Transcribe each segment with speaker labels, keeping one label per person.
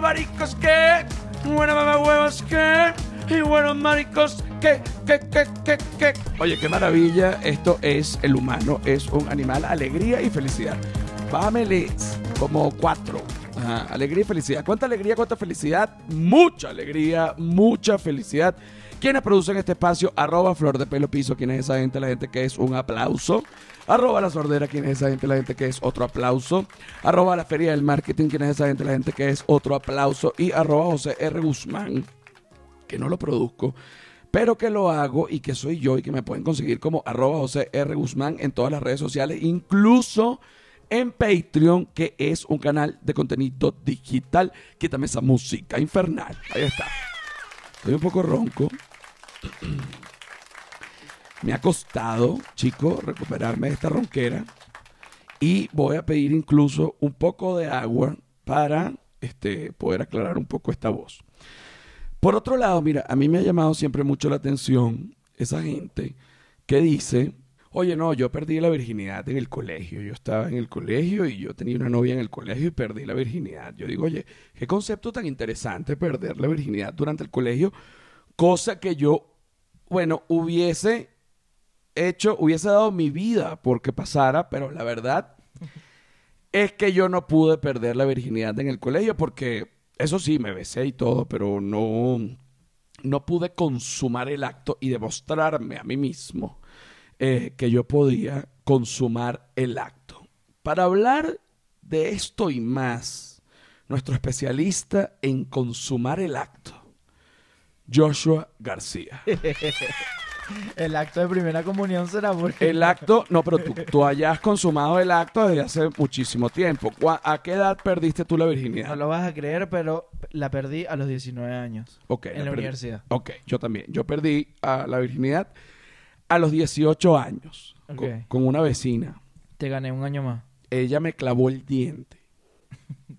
Speaker 1: maricos que, buenos mamahuevos que, y buenos maricos que, que, que, que, que. Oye, qué maravilla, esto es el humano, es un animal, alegría y felicidad. Bájamele como cuatro. Ajá, alegría y felicidad. ¿Cuánta alegría, cuánta felicidad? Mucha alegría, mucha felicidad. Quienes producen este espacio, arroba flor de pelo piso, quién es esa gente, la gente que es un aplauso. Arroba la sordera, quién es esa gente, la gente que es otro aplauso. Arroba la feria del marketing, quién es esa gente, la gente que es otro aplauso. Y arroba José R. Guzmán, que no lo produzco, pero que lo hago y que soy yo y que me pueden conseguir como arroba José R. Guzmán en todas las redes sociales, incluso en Patreon, que es un canal de contenido digital. Quítame esa música infernal. Ahí está. Estoy un poco ronco. Me ha costado, chicos, recuperarme de esta ronquera. Y voy a pedir incluso un poco de agua para este, poder aclarar un poco esta voz. Por otro lado, mira, a mí me ha llamado siempre mucho la atención esa gente que dice, oye, no, yo perdí la virginidad en el colegio, yo estaba en el colegio y yo tenía una novia en el colegio y perdí la virginidad. Yo digo, oye, qué concepto tan interesante perder la virginidad durante el colegio, cosa que yo, bueno, hubiese hecho, hubiese dado mi vida porque pasara, pero la verdad es que yo no pude perder la virginidad en el colegio porque eso sí, me besé y todo, pero no, no pude consumar el acto y demostrarme a mí mismo eh, que yo podía consumar el acto. Para hablar de esto y más, nuestro especialista en consumar el acto, Joshua García.
Speaker 2: El acto de primera comunión será porque...
Speaker 1: El acto, no, pero tú, tú hayas consumado el acto desde hace muchísimo tiempo. ¿Cuá- ¿A qué edad perdiste tú la
Speaker 2: No
Speaker 1: virginidad?
Speaker 2: lo vas a creer, pero la perdí a los 19 años.
Speaker 1: Ok,
Speaker 2: en la
Speaker 1: perdí.
Speaker 2: universidad.
Speaker 1: Ok, yo también. Yo perdí ah, la virginidad a los 18 años
Speaker 2: Ok.
Speaker 1: con, con una vecina.
Speaker 2: Te gané un año más.
Speaker 1: Ella me clavó el diente.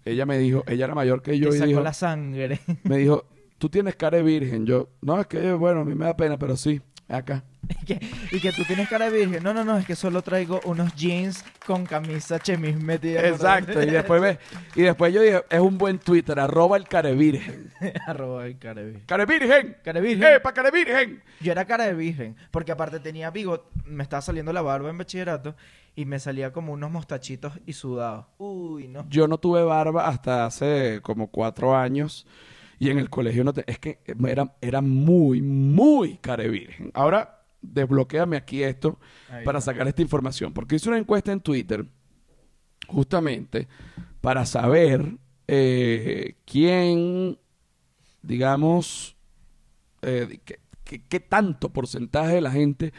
Speaker 1: Ella me dijo, ella era mayor que yo
Speaker 2: Te
Speaker 1: y
Speaker 2: sacó
Speaker 1: dijo,
Speaker 2: la sangre.
Speaker 1: me dijo, tú tienes cara de virgen. Yo, no, es que bueno, a mí me da pena, pero sí, acá.
Speaker 2: y, que, y que tú tienes cara de virgen. No, no, no, es que solo traigo unos jeans con camisa chemis metida. por
Speaker 1: Exacto, y
Speaker 2: dentro.
Speaker 1: después me, y después yo dije, es un buen Twitter, arroba el carevirgen.
Speaker 2: Arroba el cara de virgen.
Speaker 1: ¡Carevirgen!
Speaker 2: Cara de virgen.
Speaker 1: ¡Epa, carevirgen!
Speaker 2: Yo era cara de virgen, porque aparte tenía bigote, me estaba saliendo la barba en bachillerato y me salía como unos mostachitos y sudados. Uy, no.
Speaker 1: Yo no tuve barba hasta hace como cuatro años. Y en el colegio no te- Es que era, era muy, muy carevirgen. Ahora, desbloquéame aquí esto
Speaker 2: Ahí
Speaker 1: para
Speaker 2: está.
Speaker 1: sacar esta información. Porque hice una encuesta en Twitter justamente para saber eh, quién, digamos, eh, qué- qué- qué tanto porcentaje de la gente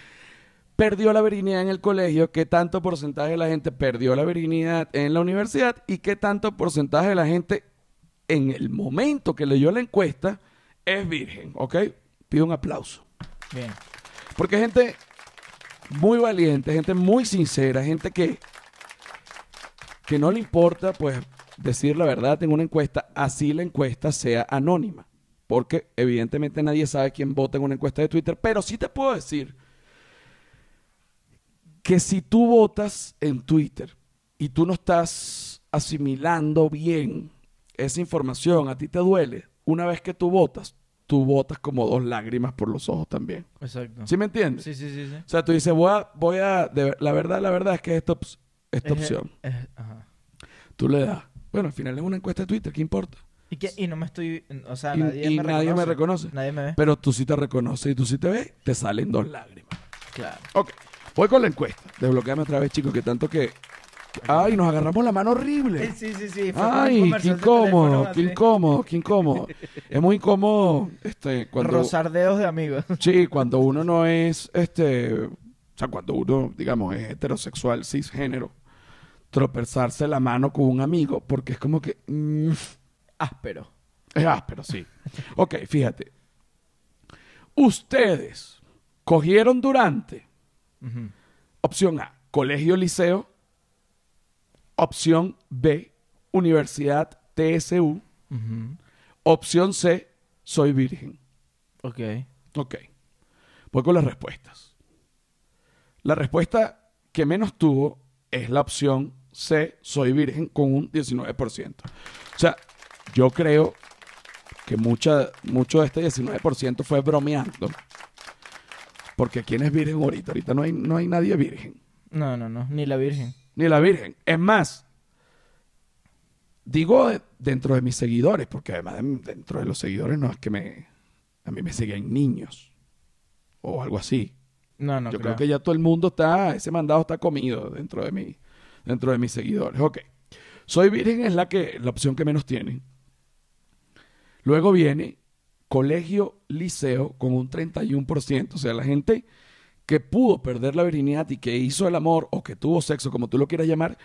Speaker 1: perdió la virginidad en el colegio, qué tanto porcentaje de la gente perdió la virginidad en la universidad y qué tanto porcentaje de la gente en el momento que leyó la encuesta es virgen, ¿ok? Pido un aplauso.
Speaker 2: Bien.
Speaker 1: Porque hay gente muy valiente, gente muy sincera, gente que, que no le importa pues decir la verdad en una encuesta, así la encuesta sea anónima. Porque evidentemente nadie sabe quién vota en una encuesta de Twitter, pero sí te puedo decir que si tú votas en Twitter y tú no estás asimilando bien esa información, a ti te duele, una vez que tú votas, tú votas como dos lágrimas por los ojos también.
Speaker 2: Exacto.
Speaker 1: ¿Sí me entiendes?
Speaker 2: sí, sí, sí. sí.
Speaker 1: O sea, tú dices, voy a, voy a, de ver- la verdad, la verdad es que esta, ops- esta
Speaker 2: Es-
Speaker 1: opción,
Speaker 2: es- ajá.
Speaker 1: tú le das, bueno, al final es una encuesta de Twitter, ¿qué importa?
Speaker 2: Y, que, y no me estoy. O sea,
Speaker 1: Y-
Speaker 2: nadie,
Speaker 1: y
Speaker 2: me,
Speaker 1: nadie
Speaker 2: reconoce.
Speaker 1: me reconoce.
Speaker 2: Nadie me ve.
Speaker 1: Pero tú sí te reconoces y tú sí te ves, te salen dos lágrimas.
Speaker 2: Claro.
Speaker 1: Ok, voy con la encuesta. Desbloqueame otra vez, chicos, que tanto que... Ay, nos agarramos la mano horrible.
Speaker 2: Sí, sí, sí. fue como un
Speaker 1: Ay, qué
Speaker 2: comercial de
Speaker 1: incómodo,
Speaker 2: teléfono,
Speaker 1: qué
Speaker 2: así.
Speaker 1: incómodo, qué incómodo. Es muy incómodo este, cuando...
Speaker 2: Rozar dedos de amigos.
Speaker 1: Sí, cuando uno no es, este, o sea, cuando uno, digamos, es heterosexual, cisgénero, tropezarse la mano con un amigo, porque es como que... mm,
Speaker 2: Áspero.
Speaker 1: es áspero, sí. ok, fíjate. Ustedes cogieron durante,
Speaker 2: Ujú.
Speaker 1: opción A, colegio, liceo, opción B, universidad, TSU,
Speaker 2: Ujú.
Speaker 1: opción C, soy virgen.
Speaker 2: Ok.
Speaker 1: Ok. Voy con las respuestas. La respuesta que menos tuvo es la opción C, soy virgen, con un 19%. O sea, Yo creo que mucha, mucho de este 19% fue bromeando. Porque ¿quién es virgen ahorita? Ahorita no hay, no hay nadie virgen.
Speaker 2: No, no, no. Ni la Virgen.
Speaker 1: Ni la virgen. Es más, digo de- dentro de mis seguidores, porque además de- dentro de los seguidores no es que me... A mí me siguen niños. O algo así.
Speaker 2: No, no.
Speaker 1: Yo creo que ya todo el mundo está, ese mandado está comido dentro de mi, dentro de mis seguidores. Ok. Soy virgen es la que, la opción que menos tienen. Luego viene colegio, liceo con un 31%. O sea, la gente que pudo perder la virginidad y que hizo el amor o que tuvo sexo, como tú lo quieras llamar,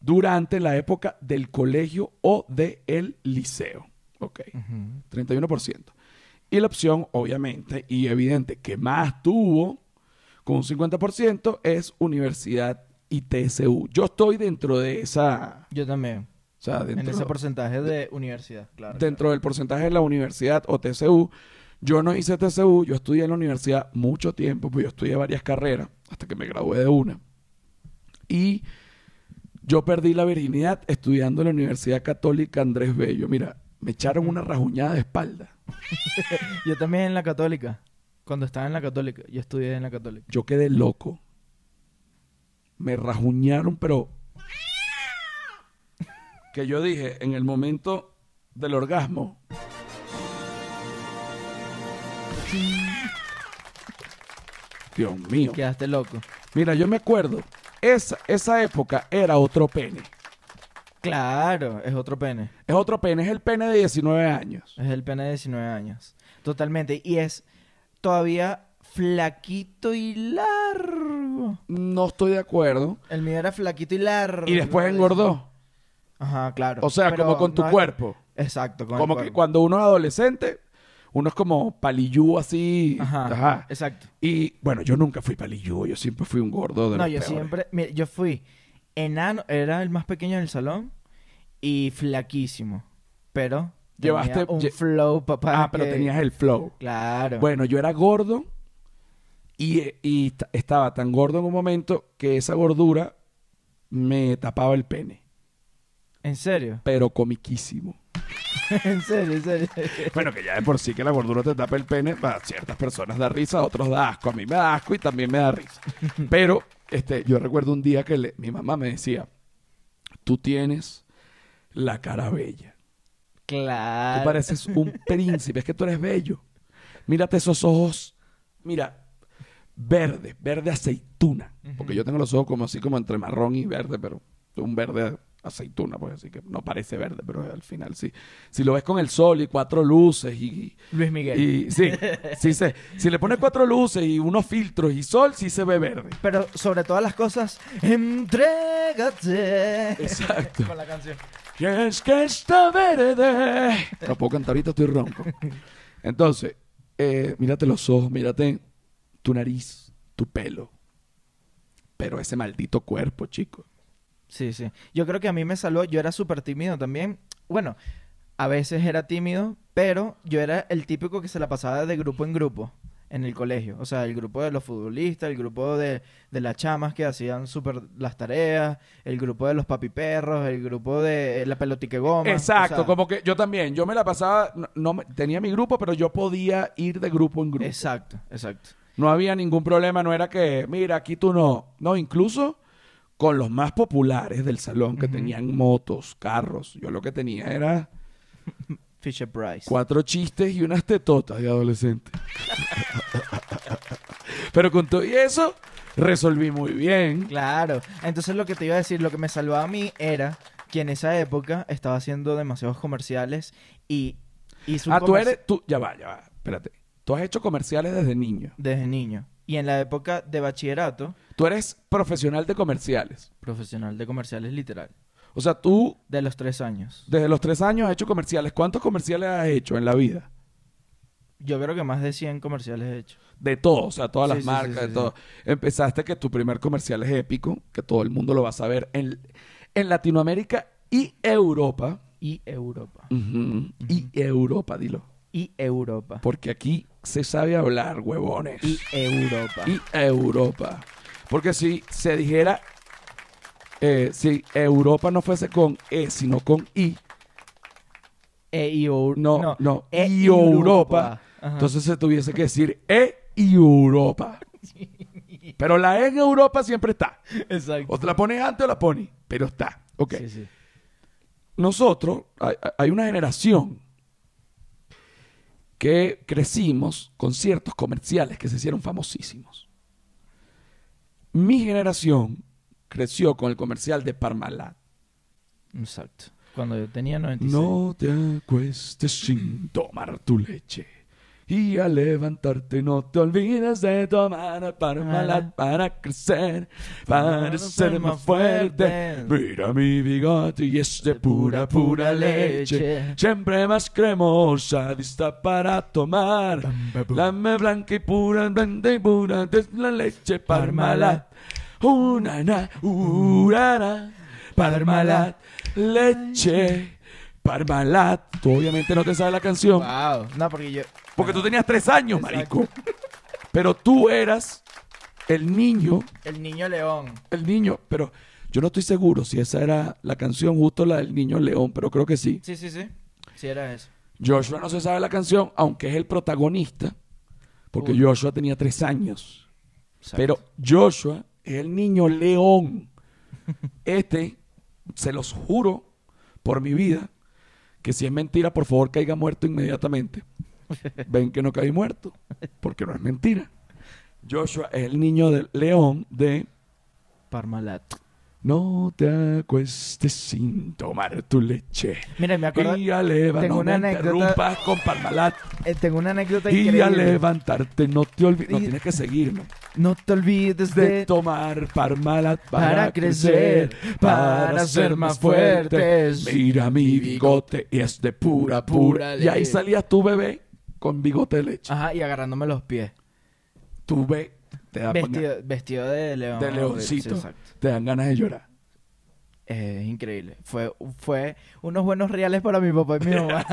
Speaker 1: durante la época del colegio o del liceo. Ok.
Speaker 2: Ujú.
Speaker 1: 31%. Y la opción, obviamente, y evidente, que más tuvo, con un 50%, es Universidad y TSU. Yo estoy dentro de esa...
Speaker 2: Yo también.
Speaker 1: O sea,
Speaker 2: En
Speaker 1: dentro,
Speaker 2: ese porcentaje de universidad, claro.
Speaker 1: dentro del porcentaje de la universidad o TSU. Yo no hice TSU, yo estudié en la universidad mucho tiempo, pues yo estudié varias carreras, hasta que me gradué de una. Y yo perdí la virginidad estudiando en la Universidad Católica Andrés Bello. Mira, me echaron una rajuñada de espalda.
Speaker 2: claro. Yo también en la católica. Cuando estaba en la católica, yo estudié en la católica.
Speaker 1: Yo quedé loco. Me rajuñaron, pero. Que yo dije, en el momento del orgasmo. Dios mío.
Speaker 2: Quedaste loco.
Speaker 1: Mira, yo me acuerdo. Esa, esa época era otro pene.
Speaker 2: Claro, es otro pene.
Speaker 1: Es otro pene, es el pene de 19 años.
Speaker 2: Es el pene de 19 años. Totalmente. Y es todavía flaquito y largo.
Speaker 1: No estoy de acuerdo.
Speaker 2: El mío era flaquito y largo.
Speaker 1: Y después engordó.
Speaker 2: Ajá, claro.
Speaker 1: O sea,
Speaker 2: Pero
Speaker 1: como con tu
Speaker 2: no es-
Speaker 1: cuerpo.
Speaker 2: Exacto, con el
Speaker 1: Como que
Speaker 2: cuerpo.
Speaker 1: cuando uno es adolescente, uno es como palillú así.
Speaker 2: Ajá,
Speaker 1: Ajá.
Speaker 2: exacto.
Speaker 1: Y bueno, yo nunca fui palillú, yo siempre fui un gordo de
Speaker 2: No,
Speaker 1: los
Speaker 2: yo
Speaker 1: peores.
Speaker 2: siempre... mira, yo fui enano, era el más pequeño del salón y flaquísimo. Pero tenía
Speaker 1: Llevaste-
Speaker 2: un
Speaker 1: lle-
Speaker 2: flow, papá.
Speaker 1: Ah, pero
Speaker 2: que-
Speaker 1: tenías el flow.
Speaker 2: Claro.
Speaker 1: Bueno, yo era gordo y, y t- estaba tan gordo en un momento que esa gordura me tapaba el pene,
Speaker 2: ¿En serio?
Speaker 1: pero comiquísimo.
Speaker 2: en serio, en serio.
Speaker 1: Bueno, que ya de por sí que la gordura te tapa el pene, a ciertas personas da risa, a otros da asco. A mí me da asco y también me da risa. Pero este, yo recuerdo un día que le- mi mamá me decía, tú tienes la cara bella. Tú
Speaker 2: claro.
Speaker 1: pareces un príncipe, es que tú eres bello. Mírate esos ojos, mira, verde, verde aceituna. Porque yo tengo los ojos como así como entre marrón y verde, pero un verde aceituna, pues así que no parece verde, pero al final sí. Si lo ves con el sol y cuatro luces y...
Speaker 2: Luis Miguel.
Speaker 1: y- sí, sí se- si le pones cuatro luces y unos filtros y sol, sí se ve verde.
Speaker 2: Pero sobre todas las cosas, entrégate.
Speaker 1: Exacto.
Speaker 2: Con la canción.
Speaker 1: Y es que está verde. No puedo cantar ahorita, estoy ronco. Entonces, eh, mírate los ojos, mírate tu nariz, tu pelo. Pero ese maldito cuerpo, chico.
Speaker 2: Sí, sí. Yo creo que a mí me salvó. Yo era súper tímido también. Bueno, a veces era tímido, pero yo era el típico que se la pasaba de grupo en grupo en el colegio. O sea, el grupo de los futbolistas, el grupo de, de las chamas que hacían súper las tareas, el grupo de los papiperros, el grupo de eh, la pelotique goma.
Speaker 1: Exacto,
Speaker 2: o sea,
Speaker 1: como que yo también, yo me la pasaba, no, no me- tenía mi grupo, pero yo podía ir de grupo en grupo.
Speaker 2: Exacto, exacto.
Speaker 1: No había ningún problema, no era que, mira, aquí tú no. No, incluso con los más populares del salón que tenían motos, carros. Yo lo que tenía era...
Speaker 2: Fisher Price.
Speaker 1: Cuatro chistes y unas tetotas de adolescente. Pero con todo y eso, resolví muy bien.
Speaker 2: Claro. Entonces lo que te iba a decir, lo que me salvaba a mí era que en esa época estaba haciendo demasiados comerciales y hizo un
Speaker 1: Ah, tú
Speaker 2: comerci-
Speaker 1: eres. Tú, ya va, ya va. Espérate. Tú has hecho comerciales desde niño.
Speaker 2: desde niño. Y en la época de bachillerato,
Speaker 1: Tú eres profesional de comerciales.
Speaker 2: profesional de comerciales literal,
Speaker 1: O sea, tú
Speaker 2: de los tres años.
Speaker 1: desde los tres años has hecho comerciales. ¿Cuántos comerciales has hecho en la vida?
Speaker 2: Yo creo que más de 100 comerciales he hecho.
Speaker 1: De todo, o sea, todas
Speaker 2: Sí,
Speaker 1: las
Speaker 2: sí,
Speaker 1: marcas,
Speaker 2: sí, sí,
Speaker 1: de todo. Empezaste que tu primer comercial es épico, que todo el mundo lo va a saber en, en Latinoamérica y Europa.
Speaker 2: Y Europa.
Speaker 1: Ujú. Y Europa, dilo.
Speaker 2: Y Europa.
Speaker 1: Porque aquí se sabe hablar, huevones.
Speaker 2: Y
Speaker 1: Y,
Speaker 2: Europa.
Speaker 1: Europa. Porque si se dijera, eh, si Europa no fuese con E, sino con I,
Speaker 2: E y Eu-
Speaker 1: No, no,
Speaker 2: E
Speaker 1: y Europa.
Speaker 2: Ajá.
Speaker 1: Entonces se tuviese que decir E y Europa. Pero la E en Europa siempre está.
Speaker 2: Exacto.
Speaker 1: O te la pones antes o la pones, pero está. Ok.
Speaker 2: Sí, sí.
Speaker 1: Nosotros, hay, hay una generación que crecimos con ciertos comerciales que se hicieron famosísimos. Mi generación creció con el comercial de Parmalat.
Speaker 2: Exacto. Cuando yo tenía 96.
Speaker 1: No te acuestes sin tomar tu leche. Y al levantarte no te olvides de tomar Parmalat para crecer, para ser más fuerte. Mira mi bigote y es de pura, pura leche. Siempre más cremosa, lista para tomar. Lame blanca y pura, blanda y pura, es la leche Parmalat. Unana, urana, Parmalat, leche, Parmalat. Tú obviamente no te sabes la canción,
Speaker 2: Wow. No, porque yo.
Speaker 1: porque tú tenías tres años, marico. Pero tú eras el niño,
Speaker 2: El niño león.
Speaker 1: el niño, pero yo no estoy seguro si esa era la canción, justo la del niño león, pero creo que sí.
Speaker 2: Sí, sí, sí. Sí, era eso.
Speaker 1: Joshua no se sabe la canción, aunque es el protagonista, porque
Speaker 2: Uy.
Speaker 1: Joshua tenía tres años.
Speaker 2: Exacto.
Speaker 1: Pero Joshua es el niño león. Este, se los juro por mi vida, que si es mentira, por favor caiga muerto inmediatamente. Ven que no caí muerto, porque no es mentira. Joshua es el niño del león de
Speaker 2: Parmalat.
Speaker 1: No te acuestes sin tomar tu leche.
Speaker 2: Mira, me acuerdo.
Speaker 1: Y a leva-
Speaker 2: tengo
Speaker 1: no
Speaker 2: una
Speaker 1: me
Speaker 2: anécdota.
Speaker 1: interrumpas con Parmalat.
Speaker 2: eh, tengo una anécdota
Speaker 1: Y a
Speaker 2: increíble.
Speaker 1: levantarte, no te olvides. No
Speaker 2: Y-
Speaker 1: tienes que seguirme.
Speaker 2: No te olvides
Speaker 1: de
Speaker 2: de.
Speaker 1: tomar Parmalat para,
Speaker 2: Para
Speaker 1: crecer,
Speaker 2: crecer,
Speaker 1: para
Speaker 2: para
Speaker 1: ser
Speaker 2: ser
Speaker 1: más
Speaker 2: más fuertes.
Speaker 1: fuertes. Mira mi bigote y es de pura, pura.
Speaker 2: Pura
Speaker 1: y ahí
Speaker 2: leche. Ah.
Speaker 1: salías tu bebé con bigote de leche.
Speaker 2: Ajá, y agarrándome los pies.
Speaker 1: Tu bebé te da
Speaker 2: Vestido, vestido de león.
Speaker 1: Ah, pues, de leoncito.
Speaker 2: Sí, exacto.
Speaker 1: Te dan ganas de llorar.
Speaker 2: Eh, increíble. Fue, fue unos buenos reales para mi papá y mi mamá.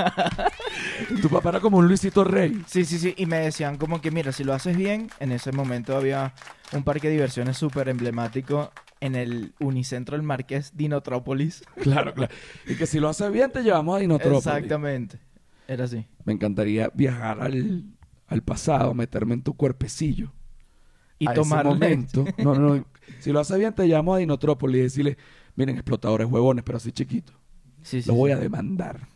Speaker 1: Tu papá era como un Luisito Rey.
Speaker 2: Sí, sí, sí. Y me decían como que, mira, si lo haces bien, en ese momento había un parque de diversiones súper emblemático en el unicentro del Marqués Dinotrópolis.
Speaker 1: Claro, claro. Y que si lo haces bien te llevamos a Dinotrópolis.
Speaker 2: Exactamente. Era así.
Speaker 1: Me encantaría viajar al, al pasado, meterme en tu cuerpecillo.
Speaker 2: Y
Speaker 1: a ese
Speaker 2: tomar
Speaker 1: momento. No, no, no. Si lo haces bien, te llamo a Dinotrópolis y decirle, miren, explotadores huevones, pero así chiquito.
Speaker 2: Sí, sí,
Speaker 1: Lo voy
Speaker 2: sí.
Speaker 1: a demandar.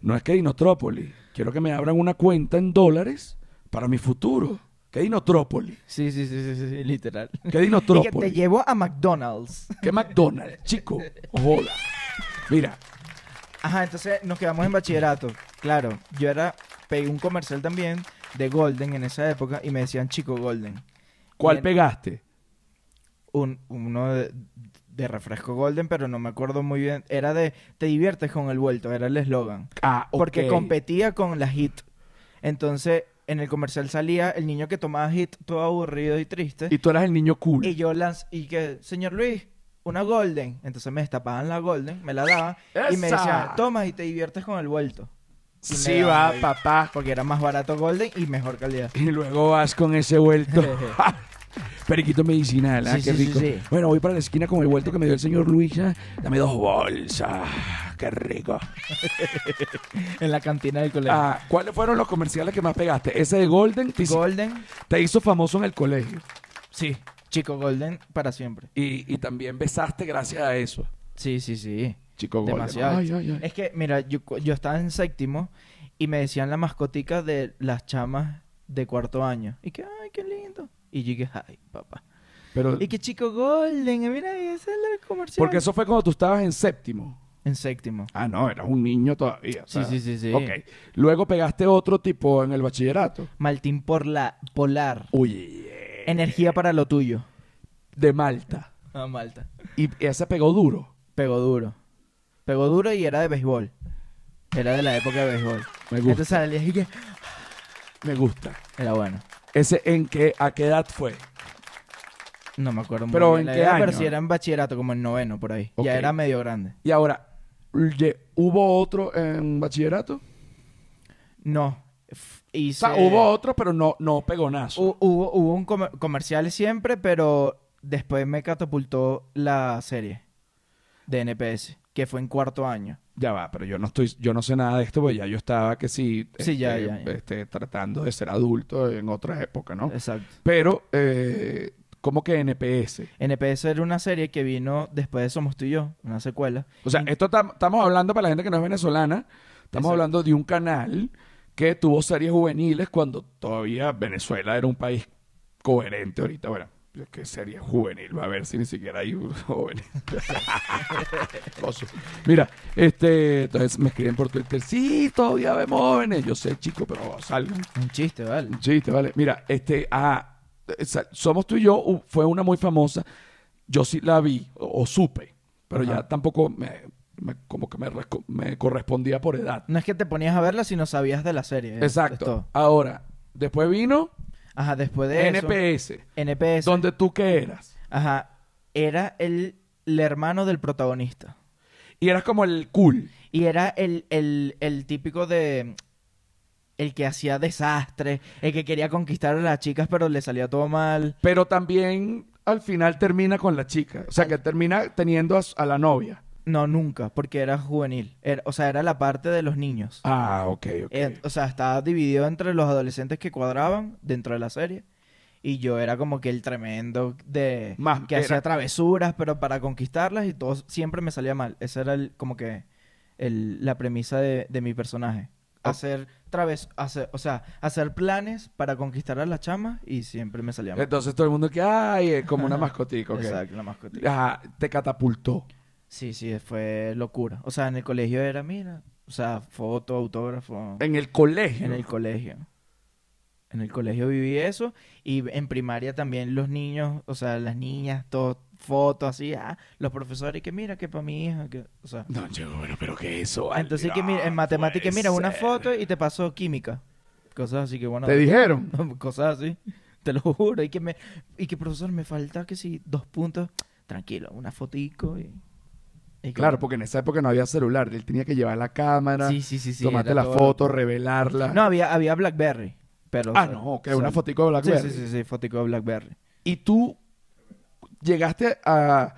Speaker 1: No es que Dinotrópolis. Quiero que me abran una cuenta en dólares para mi futuro. ¿Qué Dinotrópolis?
Speaker 2: Sí, sí, sí, sí, sí, sí, literal.
Speaker 1: ¿Qué pues.
Speaker 2: Y que te
Speaker 1: Dinotrópolis?
Speaker 2: llevo a McDonald's.
Speaker 1: ¿Qué McDonald's, chico? Hola. Mira,
Speaker 2: Ajá, entonces nos quedamos en bachillerato. Claro, yo era, pegué un comercial también de Golden en esa época y me decían chico Golden.
Speaker 1: ¿cuál
Speaker 2: Bien.
Speaker 1: pegaste?
Speaker 2: un, uno de, de refresco golden, pero no me acuerdo muy bien. Era de te diviertes con el vuelto, era el eslogan.
Speaker 1: Ah, ok.
Speaker 2: Porque competía con la hit. Entonces, en el comercial salía el niño que tomaba hit todo aburrido y triste.
Speaker 1: Y tú eras el niño cool.
Speaker 2: Y yo lanz y que, señor Luis, una golden. Entonces me destapaban la golden, me la daban y me
Speaker 1: ¡Esa!
Speaker 2: decían, toma y te diviertes con el vuelto. y me
Speaker 1: sí
Speaker 2: daba
Speaker 1: va,
Speaker 2: ahí.
Speaker 1: papá.
Speaker 2: Porque era más barato golden y mejor calidad.
Speaker 1: Y luego vas con ese vuelto. Periquito medicinal, ¿ah?
Speaker 2: Sí,
Speaker 1: qué
Speaker 2: sí, sí,
Speaker 1: rico.
Speaker 2: sí.
Speaker 1: Bueno, voy para la esquina con el vuelto que me dio el señor Luisa. Dame dos bolsas. Qué rico.
Speaker 2: En la cantina del colegio.
Speaker 1: Ah, ¿Cuáles fueron los comerciales que más pegaste? Ese de Golden te, hizo-
Speaker 2: golden,
Speaker 1: te hizo famoso en el colegio.
Speaker 2: sí. Chico Golden para siempre.
Speaker 1: Y, y también besaste gracias a eso.
Speaker 2: Sí, sí, sí.
Speaker 1: Chico Golden.
Speaker 2: Demasiado.
Speaker 1: Ay, ay, ay.
Speaker 2: Es que, mira, yo, cu- yo estaba en séptimo y me decían la mascotica de las chamas de cuarto año. Y que, ay, qué lindo. Y yo dije, ay, papá.
Speaker 1: Pero,
Speaker 2: Y que chico Golden, eh, mira, ese es el comercial.
Speaker 1: porque eso fue cuando tú estabas en séptimo.
Speaker 2: En séptimo.
Speaker 1: Ah, no, eras un niño todavía. o
Speaker 2: Sí,
Speaker 1: sea,
Speaker 2: sí, sí, sí.
Speaker 1: Ok. Luego pegaste otro tipo en el bachillerato.
Speaker 2: Maltín por la Polar.
Speaker 1: Uy, eh,
Speaker 2: Energía para lo tuyo.
Speaker 1: de Malta.
Speaker 2: Ah, Malta.
Speaker 1: Y ese pegó duro.
Speaker 2: Pegó duro. Pegó duro y era de béisbol. Era de la época de béisbol.
Speaker 1: Me gusta.
Speaker 2: Entonces salía y que...
Speaker 1: Me gusta.
Speaker 2: Era bueno.
Speaker 1: ¿Ese en qué, a qué edad fue?
Speaker 2: No me acuerdo muy
Speaker 1: Pero,
Speaker 2: bien
Speaker 1: ¿en
Speaker 2: la
Speaker 1: qué
Speaker 2: edad, Pero
Speaker 1: año?
Speaker 2: si era en bachillerato, como en noveno, por ahí.
Speaker 1: Ok.
Speaker 2: Ya era medio grande.
Speaker 1: Y ahora, ye- ¿hubo otro en bachillerato?
Speaker 2: No. F-
Speaker 1: O
Speaker 2: hice-
Speaker 1: sea, hubo otro, pero no, no pegonazo.
Speaker 2: Hu- hubo, hubo un comer- comercial siempre, pero después me catapultó la serie de NPS, que fue en cuarto año.
Speaker 1: ya va, pero yo no estoy, yo no sé nada de esto, porque ya yo estaba que sí,
Speaker 2: Sí, ya,
Speaker 1: este,
Speaker 2: ya, ya.
Speaker 1: este, tratando de ser adulto en otra época, ¿no?
Speaker 2: Exacto.
Speaker 1: Pero, eh, como que NPS.
Speaker 2: NPS era una serie que vino después de Somos tú y yo, una secuela.
Speaker 1: O sea, esto tam- estamos hablando para la gente que no es venezolana, estamos
Speaker 2: Exacto.
Speaker 1: hablando de un canal que tuvo series juveniles cuando todavía Venezuela era un país coherente ahorita. Bueno, pues, ¿qué serie juvenil? Va a ver si ni siquiera hay un jóvenes. Coso. Mira, este, entonces me escriben por Twitter, sí, todavía vemos jóvenes. Yo sé, chico, pero salgan.
Speaker 2: Un chiste, ¿vale?
Speaker 1: Un chiste, vale. Mira, este, ah, esa- Somos tú y yo u- fue una muy famosa. Yo sí la vi o, o supe, pero
Speaker 2: Ajá.
Speaker 1: ya tampoco me, me- como que me, resco- me correspondía por edad.
Speaker 2: No es que te ponías a verla, sino sabías de la serie. es- es
Speaker 1: Exacto.
Speaker 2: todo.
Speaker 1: Ahora, después vino
Speaker 2: Ajá, después de eso.
Speaker 1: NPS,
Speaker 2: NPS.
Speaker 1: donde tú que eras.
Speaker 2: Ajá. Era el, el hermano del protagonista.
Speaker 1: Y eras como el cool.
Speaker 2: Y era el, el, el típico de. El que hacía desastres, el que quería conquistar a las chicas, pero le salía todo mal.
Speaker 1: Pero también al final termina con la chica. O sea, que termina teniendo a, s- a la novia.
Speaker 2: No, nunca, porque era juvenil. Era- o sea, era la parte de los niños.
Speaker 1: Ah, ok, ok.
Speaker 2: Eh, o sea, estaba dividido entre los adolescentes que cuadraban dentro de la serie. Y yo era como que el tremendo de...
Speaker 1: Más-
Speaker 2: que
Speaker 1: era-
Speaker 2: hacía travesuras, pero para conquistarlas y todo siempre me salía mal. Esa era el- como que el- la premisa de, de mi personaje.
Speaker 1: Ah.
Speaker 2: Hacer traves... Hacer, o sea, hacer planes para conquistar a las chamas y siempre me salía mal.
Speaker 1: Entonces todo el mundo que, ay, es como una mascotica. Eh, ok.
Speaker 2: Exacto, la mascotita.
Speaker 1: Ajá, te catapultó.
Speaker 2: Sí, sí, fue locura. O sea, en el colegio era, mira, o sea, foto, autógrafo.
Speaker 1: En el colegio.
Speaker 2: En el colegio. En el colegio viví eso. Y en primaria también los niños, o sea, las niñas, todo, fotos así. Ah, los profesores, que mira, que para mi hija. Que, o sea.
Speaker 1: No, chico, bueno, pero que eso.
Speaker 2: Ah,
Speaker 1: vale,
Speaker 2: Entonces, que
Speaker 1: no
Speaker 2: mira, en matemáticas,
Speaker 1: puede
Speaker 2: mira, una
Speaker 1: ser.
Speaker 2: foto y te pasó química. Cosas así que bueno.
Speaker 1: ¿Te dijeron?
Speaker 2: Cosas así. Te lo juro. Y que, me, y que profesor, me falta que si dos puntos. Tranquilo, una fotico y. y que
Speaker 1: Claro,
Speaker 2: bueno.
Speaker 1: porque en esa época no había celular. Él tenía que llevar la cámara,
Speaker 2: Sí, sí, sí, sí.
Speaker 1: tomarte
Speaker 2: era
Speaker 1: la
Speaker 2: todo-
Speaker 1: foto, revelarla.
Speaker 2: No, había, había Blackberry. Pero,
Speaker 1: ah,
Speaker 2: o sea,
Speaker 1: no, que
Speaker 2: o sea,
Speaker 1: una fotico de Blackberry.
Speaker 2: Sí, sí, sí, sí, fotico de Blackberry.
Speaker 1: Y tú llegaste a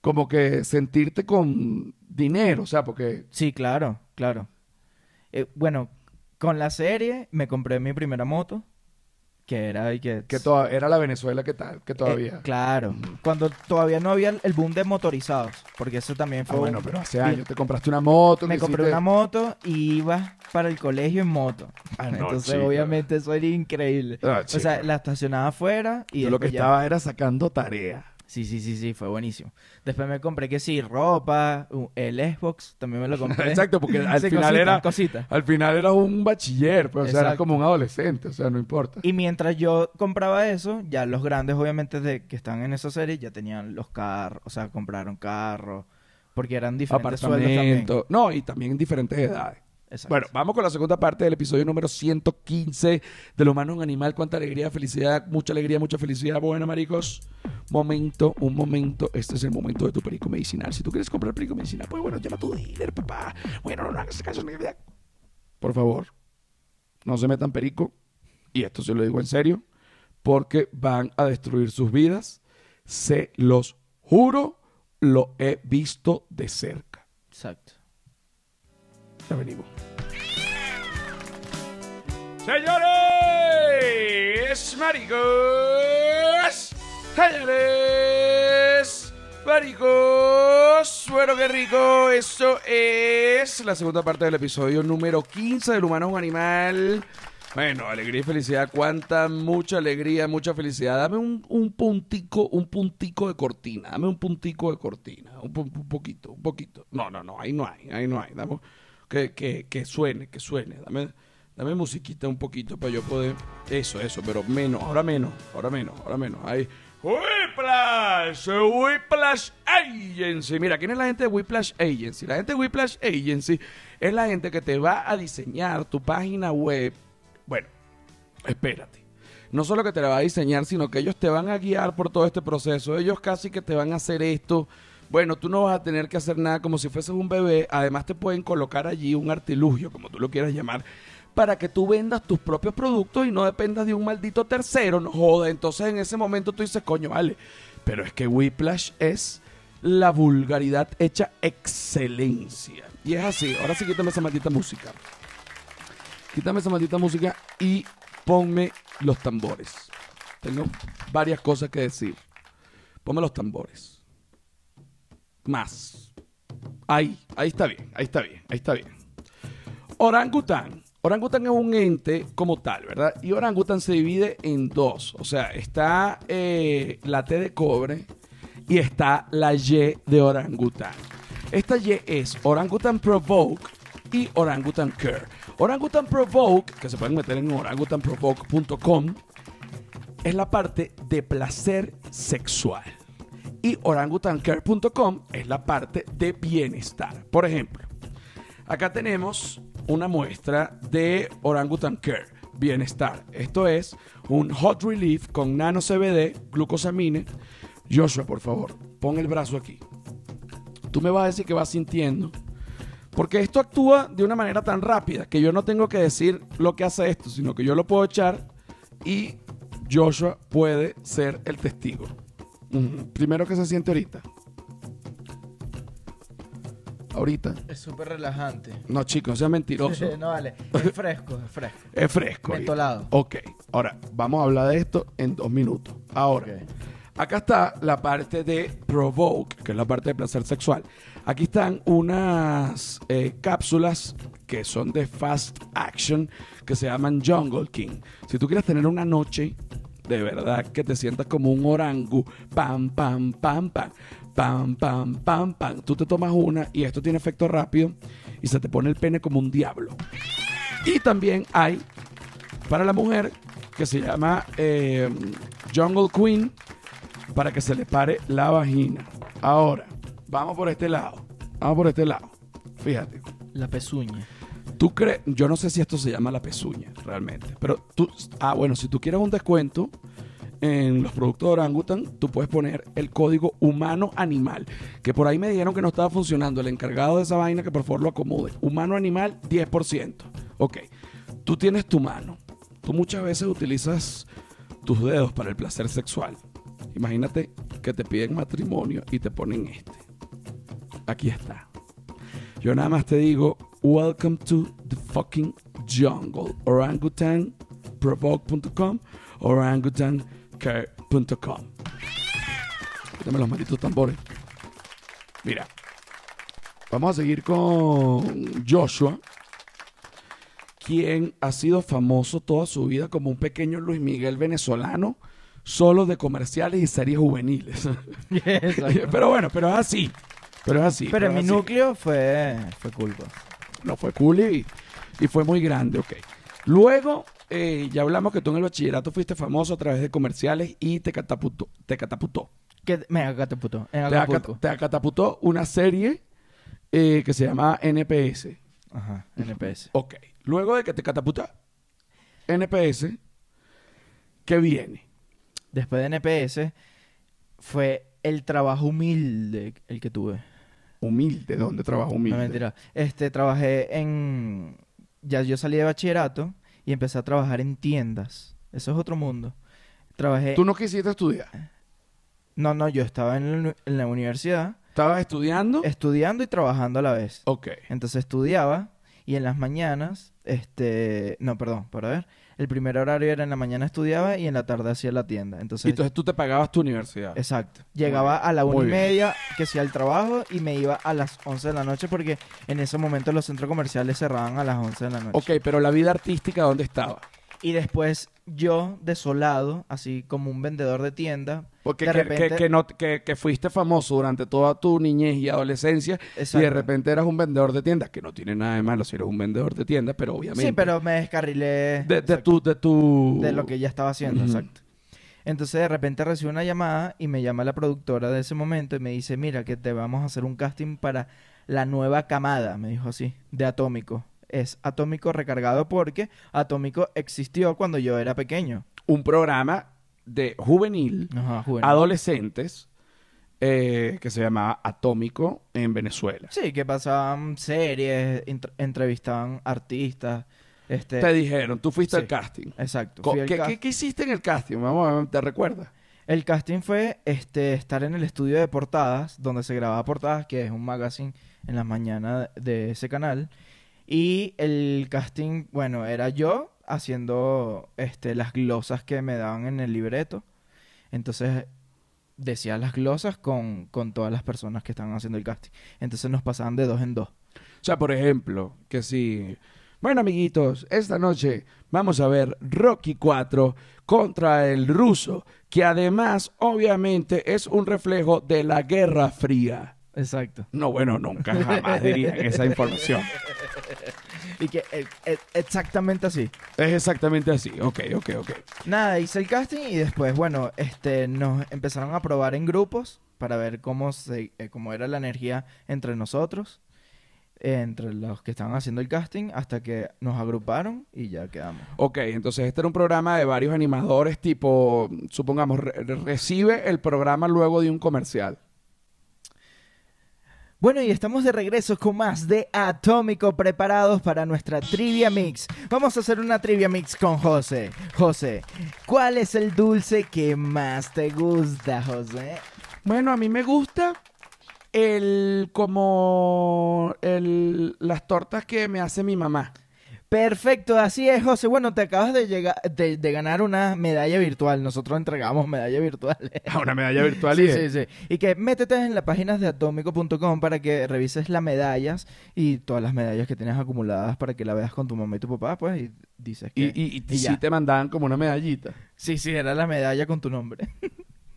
Speaker 1: como que sentirte con dinero, o sea, porque
Speaker 2: Sí, claro, claro. Eh, bueno, con la serie me compré mi primera moto, que era y que...
Speaker 1: que toda- era la Venezuela que tal, que
Speaker 2: Eh,
Speaker 1: todavía. Ah,
Speaker 2: claro, cuando todavía no había el boom de motorizados, porque eso también
Speaker 1: Ah,
Speaker 2: fue...
Speaker 1: bueno,
Speaker 2: un-
Speaker 1: pero hace
Speaker 2: y-
Speaker 1: años te compraste una moto.
Speaker 2: Me
Speaker 1: que
Speaker 2: compré
Speaker 1: hiciste-
Speaker 2: una moto y iba para el colegio en moto.
Speaker 1: Ah, no,
Speaker 2: Entonces,
Speaker 1: chico.
Speaker 2: obviamente, eso era increíble.
Speaker 1: Ah,
Speaker 2: o sea,
Speaker 1: chico.
Speaker 2: la estacionaba afuera y
Speaker 1: Tú lo que
Speaker 2: después ya-
Speaker 1: estaba era sacando tarea.
Speaker 2: Sí, sí, sí, sí, fue buenísimo. Después me compré que sí, ropa, un- el Xbox, también me lo compré.
Speaker 1: Exacto, porque al
Speaker 2: Sí,
Speaker 1: final
Speaker 2: cositas,
Speaker 1: era-
Speaker 2: cositas.
Speaker 1: Al final eras un bachiller, pues, o sea, eras
Speaker 2: Exacto.
Speaker 1: como un adolescente, o sea, no importa.
Speaker 2: Y mientras yo compraba eso, ya los grandes, obviamente, de que están en esa serie, ya tenían los carros, o sea, compraron carros, porque eran diferentes sueldos también.
Speaker 1: Apartamento. No, y también en diferentes edades.
Speaker 2: Exacto.
Speaker 1: Bueno, vamos con la segunda parte del episodio número 115 de Lo humano es un animal. Cuánta alegría, felicidad, mucha alegría, mucha felicidad. Bueno, maricos, momento, un momento. Este es el momento de tu perico medicinal. Si tú quieres comprar perico medicinal, pues bueno, llama a tu dealer, papá. Bueno, no, no hagas caso. ni idea. Por favor, no se metan perico. Y esto se lo digo en serio, porque van a destruir sus vidas. Se los juro, lo he visto de cerca.
Speaker 2: Exacto.
Speaker 1: Ya venimos. Señores, maricos. Señores, maricos. Bueno, qué rico. Eso es la segunda parte del episodio número 15 del humano es un animal. Bueno, alegría y felicidad. Cuánta, mucha alegría, mucha felicidad. Dame un, un puntico, un puntico de cortina. Dame un puntico de cortina. Un, po- un poquito, un poquito. No, no, no, ahí no hay, ahí no hay. Dame, que, que, que suene, que suene. Dame, dame musiquita un poquito para yo poder. Eso, eso, pero menos, ahora menos, ahora menos, ahora menos. Ahí. Whiplash, Whiplash Agency. Mira, ¿quién es la gente de Whiplash Agency? La gente de Whiplash Agency es la gente que te va a diseñar tu página web. Bueno, espérate. No solo que te la va a diseñar, sino que ellos te van a guiar por todo este proceso. Ellos casi que te van a hacer esto. Bueno, tú no vas a tener que hacer nada como si fueses un bebé. Además te pueden colocar allí un artilugio, como tú lo quieras llamar, para que tú vendas tus propios productos y no dependas de un maldito tercero. No joda. Entonces en ese momento tú dices, coño, vale. Pero es que Whiplash es la vulgaridad hecha excelencia. Y es así. Ahora sí, quítame esa maldita música. Quítame esa maldita música y ponme los tambores. Tengo varias cosas que decir. Ponme los tambores. Más. Ahí, ahí está bien, ahí está bien, ahí está bien. Orangután. Orangután es un ente como tal, ¿verdad? Y orangután se divide en dos. O sea, está eh, la T de cobre y está la Y de orangután. Esta Y es orangutan provoke y orangutan care. Orangutan provoke, que se pueden meter en orangutanprovoke.com, es la parte de placer sexual. Y orangutancare.com es la parte de bienestar. Por ejemplo, acá tenemos una muestra de Orangutan Care, bienestar. Esto es un hot relief con nano CBD, glucosamine. Joshua, por favor, pon el brazo aquí. Tú me vas a decir que vas sintiendo. Porque esto actúa de una manera tan rápida que yo no tengo que decir lo que hace esto, sino que yo lo puedo echar y Joshua puede ser el testigo. Ujú. Primero que se siente ahorita. Ahorita.
Speaker 2: Es súper relajante.
Speaker 1: No, chicos, sea mentiroso.
Speaker 2: no vale. Es fresco, es fresco.
Speaker 1: Es fresco. ahorita.
Speaker 2: Mentolado.
Speaker 1: Ok, ahora vamos a hablar de esto en dos minutos. Ahora,
Speaker 2: Ok.
Speaker 1: acá está la parte de provoke, que es la parte de placer sexual. Aquí están unas eh, cápsulas que son de fast action que se llaman Jungle King. Si tú quieres tener una noche de verdad que te sientas como un orangu, pam, pam, pam, pam. Pam, pam, pam, pam. Tú te tomas una y esto tiene efecto rápido y se te pone el pene como un diablo. Y también hay para la mujer que se llama eh, Jungle Queen para que se le pare la vagina. Ahora, vamos por este lado. Vamos por este lado. Fíjate.
Speaker 2: La pezuña.
Speaker 1: Tú crees, yo no sé si esto se llama la pezuña realmente, pero tú, ah, bueno, si tú quieres un descuento en los productos de Orangutan, tú puedes poner el código humano animal, que por ahí me dijeron que no estaba funcionando, el encargado de esa vaina que por favor lo acomode. Humano animal 10%. Ok. Tú tienes tu mano. Tú muchas veces utilizas tus dedos para el placer sexual. Imagínate que te piden matrimonio y te ponen este. Aquí está. Yo nada más te digo, welcome to the fucking jungle. Orangutan, provoke.com, orangutancare.com. Dame los malditos tambores. Mira, vamos a seguir con Joshua, quien ha sido famoso toda su vida como un pequeño Luis Miguel venezolano, solo de comerciales y series juveniles.
Speaker 2: Exacto.
Speaker 1: pero bueno, pero es así. Pero es así.
Speaker 2: Pero
Speaker 1: es
Speaker 2: en mi
Speaker 1: así.
Speaker 2: núcleo fue, fue pues. culpa.
Speaker 1: No fue cool y, y fue muy grande, ok. Luego, eh, ya hablamos que tú en el bachillerato fuiste famoso a través de comerciales y te catapultó. Te catapultó.
Speaker 2: Que me acataputó. En
Speaker 1: Te,
Speaker 2: Acapulco.
Speaker 1: acat- te catapultó una serie eh, que se llama NPS.
Speaker 2: Ajá. NPS.
Speaker 1: Ok. Luego de que te catapultó NPS, ¿qué viene?
Speaker 2: Después de NPS fue el trabajo humilde el que tuve.
Speaker 1: Humilde, ¿dónde trabajo humilde?
Speaker 2: No mentira. Este, trabajé en... Ya yo salí de bachillerato y empecé a trabajar en tiendas. Eso es otro mundo. Trabajé...
Speaker 1: Tú no quisiste estudiar.
Speaker 2: No, no, yo estaba en, la uni- en la universidad
Speaker 1: Estabas estudiando.
Speaker 2: estudiando y trabajando a la vez.
Speaker 1: Ok.
Speaker 2: Entonces estudiaba y en las mañanas, este, no, perdón, para ver, el primer horario era en la mañana estudiaba y en la tarde hacía la tienda. Entonces,
Speaker 1: Entonces tú te pagabas tu universidad.
Speaker 2: exacto. Llegaba a la
Speaker 1: muy
Speaker 2: una y
Speaker 1: bien.
Speaker 2: media que hacía el trabajo y me iba a las 11 de la noche porque en ese momento los centros comerciales cerraban a las 11 de la noche.
Speaker 1: Ok, pero la vida artística, ¿dónde estaba?
Speaker 2: Y después yo desolado, así como un vendedor de tienda,
Speaker 1: Porque
Speaker 2: de
Speaker 1: que,
Speaker 2: repente
Speaker 1: que- que no, que, que fuiste famoso durante toda tu niñez y adolescencia y de
Speaker 2: Exacto.
Speaker 1: repente eras un vendedor de tiendas, que no tiene nada de malo si eres un vendedor de tiendas, pero obviamente...
Speaker 2: Sí, pero me descarrilé
Speaker 1: De, de
Speaker 2: exacto,
Speaker 1: tu, de tu...
Speaker 2: de lo que ya estaba haciendo,
Speaker 1: Uh. Ujú.
Speaker 2: exacto. Entonces de repente recibo una llamada y me llama la productora de ese momento y me dice, mira que te vamos a hacer un casting para la nueva camada, me dijo así, de Atómico. Es Atómico recargado porque Atómico existió cuando yo era pequeño.
Speaker 1: Un programa de juvenil,
Speaker 2: Ajá, juvenil.
Speaker 1: adolescentes, eh, que se llamaba Atómico en Venezuela.
Speaker 2: Sí, que pasaban series, int- entrevistaban artistas, este...
Speaker 1: Te dijeron, tú fuiste
Speaker 2: sí.
Speaker 1: al casting.
Speaker 2: Exacto.
Speaker 1: Co-
Speaker 2: fui al
Speaker 1: ¿Qué,
Speaker 2: cast-
Speaker 1: qué- qué hiciste en el casting? Vamos, a ver, ¿te recuerdas?
Speaker 2: El casting fue este, estar en el estudio de portadas, donde se grababa portadas, que es un magazine en las mañanas de ese canal. Y el casting, bueno, era yo haciendo este, las glosas que me daban en el libreto. Entonces decía las glosas con, con todas las personas que estaban haciendo el casting. Entonces nos pasaban de dos en dos.
Speaker 1: O sea, por ejemplo, que si. Bueno, amiguitos, esta noche vamos a ver Rocky 4 contra el ruso, que además, obviamente, es un reflejo de la Guerra Fría.
Speaker 2: Exacto.
Speaker 1: No, bueno, nunca jamás dirían esa información.
Speaker 2: Y que eh, eh, exactamente así.
Speaker 1: Es exactamente así. Ok, ok, ok.
Speaker 2: Nada, hice el casting y después, bueno, este, nos empezaron a probar en grupos para ver cómo, se, eh, cómo era la energía entre nosotros, eh, entre los que estaban haciendo el casting, hasta que nos agruparon y ya quedamos.
Speaker 1: Ok, entonces este era un programa de varios animadores, tipo, supongamos, re- recibe el programa luego de un comercial.
Speaker 2: Bueno, y estamos de regreso con más de Atómico preparados para nuestra trivia mix. Vamos a hacer una trivia mix con José. José, ¿cuál es el dulce que más te gusta, José?
Speaker 1: Bueno, a mí me gusta el como el, las tortas que me hace mi mamá.
Speaker 2: Perfecto, así es, José. Bueno, te acabas de, llegar, de, de ganar una medalla virtual. Nosotros entregamos medallas virtuales.
Speaker 1: A una medalla virtual
Speaker 2: Sí,
Speaker 1: y
Speaker 2: sí, sí. Y que métete en las páginas de atómico.com para que revises las medallas y todas las medallas que tienes acumuladas para que la veas con tu mamá y tu papá, pues, y dices que...
Speaker 1: y, y- y
Speaker 2: Y ya.
Speaker 1: sí te mandaban como una medallita.
Speaker 2: Sí, sí, era la medalla con tu nombre.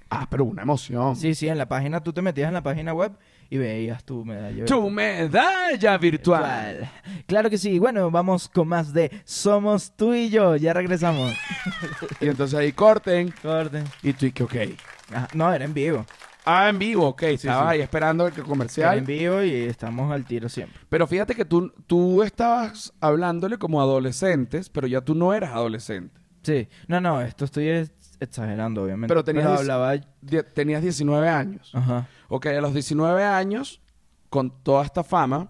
Speaker 1: Ah, pero una emoción.
Speaker 2: Sí, sí, en la página, tú te metías en la página web y veías tu medalla.
Speaker 1: Tu medalla virtual.
Speaker 2: virtual. Claro que sí. Bueno, vamos con más de Somos tú y yo. Ya regresamos.
Speaker 1: Y entonces ahí corten
Speaker 2: Corte.
Speaker 1: y tú y que ok.
Speaker 2: Ajá, No, era en vivo.
Speaker 1: Ah, en vivo, ok. Estaba
Speaker 2: sí.
Speaker 1: ahí esperando el que
Speaker 2: Era
Speaker 1: comercial.
Speaker 2: en vivo y estamos al tiro siempre.
Speaker 1: Pero fíjate que tú, tú estabas hablándole como adolescentes, pero ya tú no eras adolescente.
Speaker 2: Sí. No, no, esto estoy ex- exagerando, obviamente.
Speaker 1: Pero tenías dis-
Speaker 2: hablaba...
Speaker 1: Die- tenías 19 años.
Speaker 2: Ajá.
Speaker 1: Ok, a los 19 años, con toda esta fama,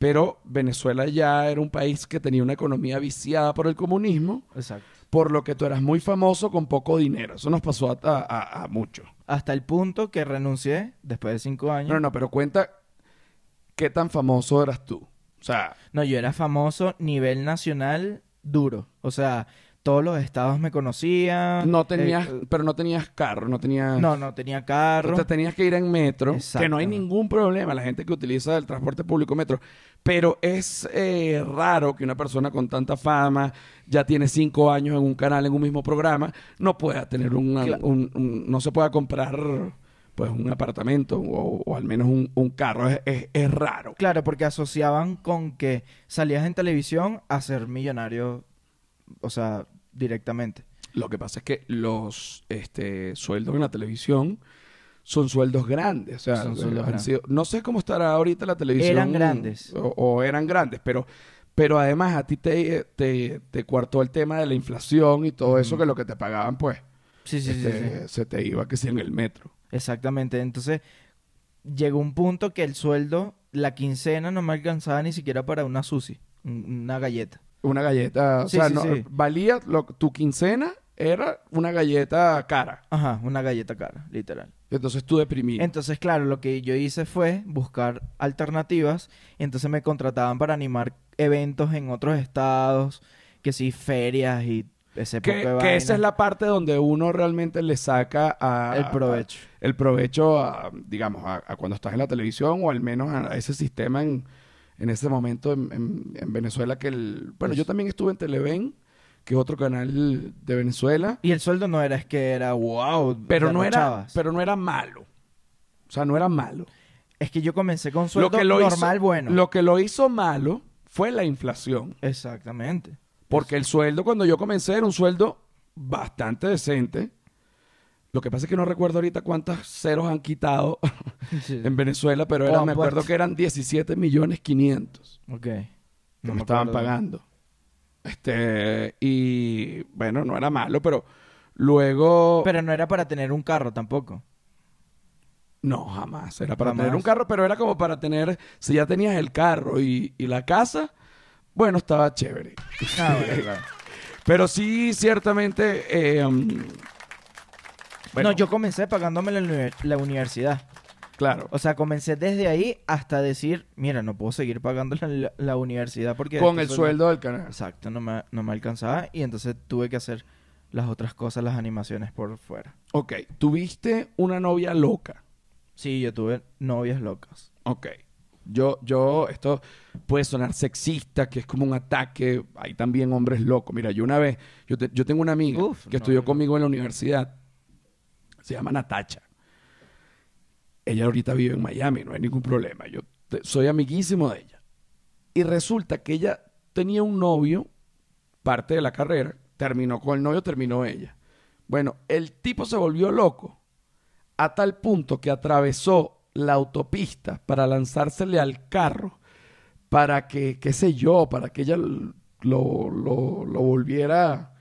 Speaker 1: pero Venezuela ya era un país que tenía una economía viciada por el comunismo,
Speaker 2: Exacto.
Speaker 1: por lo que tú eras muy famoso con poco dinero. Eso nos pasó a, a, a- a muchos.
Speaker 2: Hasta el punto que renuncié después de cinco años.
Speaker 1: No,
Speaker 2: No,
Speaker 1: no, pero cuenta qué tan famoso eras tú. O sea,
Speaker 2: yo era famoso nivel nacional duro. O sea, todos los estados me conocían.
Speaker 1: no tenías,
Speaker 2: Eh,
Speaker 1: pero no tenías carro, no tenías...
Speaker 2: no, no tenía
Speaker 1: Tú
Speaker 2: carro.
Speaker 1: te tenías que ir en metro, que no hay
Speaker 2: Exactamente.
Speaker 1: ningún problema, la gente que utiliza el transporte público metro, pero es eh, raro que una persona con tanta fama, ya tiene cinco años en un canal, en un mismo programa, no pueda tener un,
Speaker 2: Cla-
Speaker 1: un- un- no se pueda comprar pues un apartamento o, o al menos un, un carro, es, es- es raro.
Speaker 2: Claro, porque asociaban con que salías en televisión a ser millonario, o sea, directamente.
Speaker 1: Lo que pasa es que los este, sueldos en la televisión son sueldos grandes. O sea, eh,
Speaker 2: Son sueldos
Speaker 1: han
Speaker 2: grandes.
Speaker 1: sido- no sé cómo estará ahorita la televisión.
Speaker 2: Eran grandes.
Speaker 1: O, o eran grandes, pero, pero además a ti te, te, te cuartó el tema de la inflación y todo eso, que lo que te pagaban, pues,
Speaker 2: Sí, sí, sí,
Speaker 1: este,
Speaker 2: sí.
Speaker 1: se te iba que si en el metro.
Speaker 2: Exactamente. Entonces, llegó un punto que el sueldo, la quincena, no me alcanzaba ni siquiera para una sushi, un- una galleta.
Speaker 1: Una galleta, o
Speaker 2: Sí,
Speaker 1: sea,
Speaker 2: sí,
Speaker 1: no,
Speaker 2: sí.
Speaker 1: valía lo- tu quincena era una galleta cara.
Speaker 2: Ajá, una galleta cara, literal.
Speaker 1: Entonces tú deprimías.
Speaker 2: Entonces, claro, lo que yo hice fue buscar alternativas. Y entonces me contrataban para animar eventos en otros estados, que sí, ferias y ese poco de
Speaker 1: que, que
Speaker 2: vaina.
Speaker 1: esa es Ah, la parte donde uno realmente le saca a-
Speaker 2: El provecho.
Speaker 1: el provecho a, digamos, a, a cuando estás en la televisión o al menos a, a ese sistema en, en ese momento en, en- en Venezuela que el... Bueno,
Speaker 2: Pues
Speaker 1: yo también estuve en Televen, que es otro canal de Venezuela,
Speaker 2: Y el sueldo no era, es que era wow.
Speaker 1: pero no, era,
Speaker 2: derrochabas.
Speaker 1: pero no era malo. O sea, no era malo.
Speaker 2: es que yo comencé con sueldo
Speaker 1: que lo
Speaker 2: normal,
Speaker 1: hizo,
Speaker 2: bueno.
Speaker 1: Lo que lo hizo malo fue la inflación.
Speaker 2: Exactamente.
Speaker 1: Porque el sueldo cuando yo comencé era un sueldo bastante decente. Lo que pasa es que no recuerdo ahorita cuántas ceros han quitado
Speaker 2: Sí.
Speaker 1: en Venezuela, pero era-
Speaker 2: Oh,
Speaker 1: me
Speaker 2: pues.
Speaker 1: acuerdo que eran 17 millones 500
Speaker 2: Ok.
Speaker 1: que
Speaker 2: No
Speaker 1: me
Speaker 2: me
Speaker 1: estaban
Speaker 2: acuerdo.
Speaker 1: pagando. Este, y bueno, no era malo, pero luego...
Speaker 2: Oh, Pero no era para tener un carro tampoco.
Speaker 1: no, jamás. Era para
Speaker 2: Jamás.
Speaker 1: tener un carro, pero era como para tener... Si ya tenías el carro y, y la casa, bueno, estaba chévere.
Speaker 2: Ah, bueno, claro.
Speaker 1: um, Pero sí, ciertamente, eh, mm, Bueno,
Speaker 2: No, yo comencé pagándome la, uni- la universidad.
Speaker 1: Claro.
Speaker 2: O sea, comencé desde ahí hasta decir, mira, no puedo seguir pagando la- la, la universidad porque...
Speaker 1: Con
Speaker 2: este
Speaker 1: el sueldo del canal.
Speaker 2: Exacto, no me, no me alcanzaba y entonces tuve que hacer las otras cosas, las animaciones por fuera.
Speaker 1: Ok. Tuviste una novia loca.
Speaker 2: Sí, yo tuve novias locas.
Speaker 1: Ok. Yo, yo, esto puede sonar sexista, que es como un ataque. Hay también hombres locos. Mira, yo una vez, yo, te- yo tengo una amiga
Speaker 2: Uf,
Speaker 1: que
Speaker 2: no,
Speaker 1: estudió
Speaker 2: no.
Speaker 1: conmigo en la universidad. Se llama Natacha. Ella ahorita vive en Miami, no hay ningún problema. Yo te- soy amiguísimo de ella. Y resulta que ella tenía un novio, parte de la carrera, terminó con el novio, terminó ella. Bueno, el tipo se volvió loco a tal punto que atravesó la autopista para lanzársele al carro, para que, qué sé yo, para que ella lo, lo- lo volviera,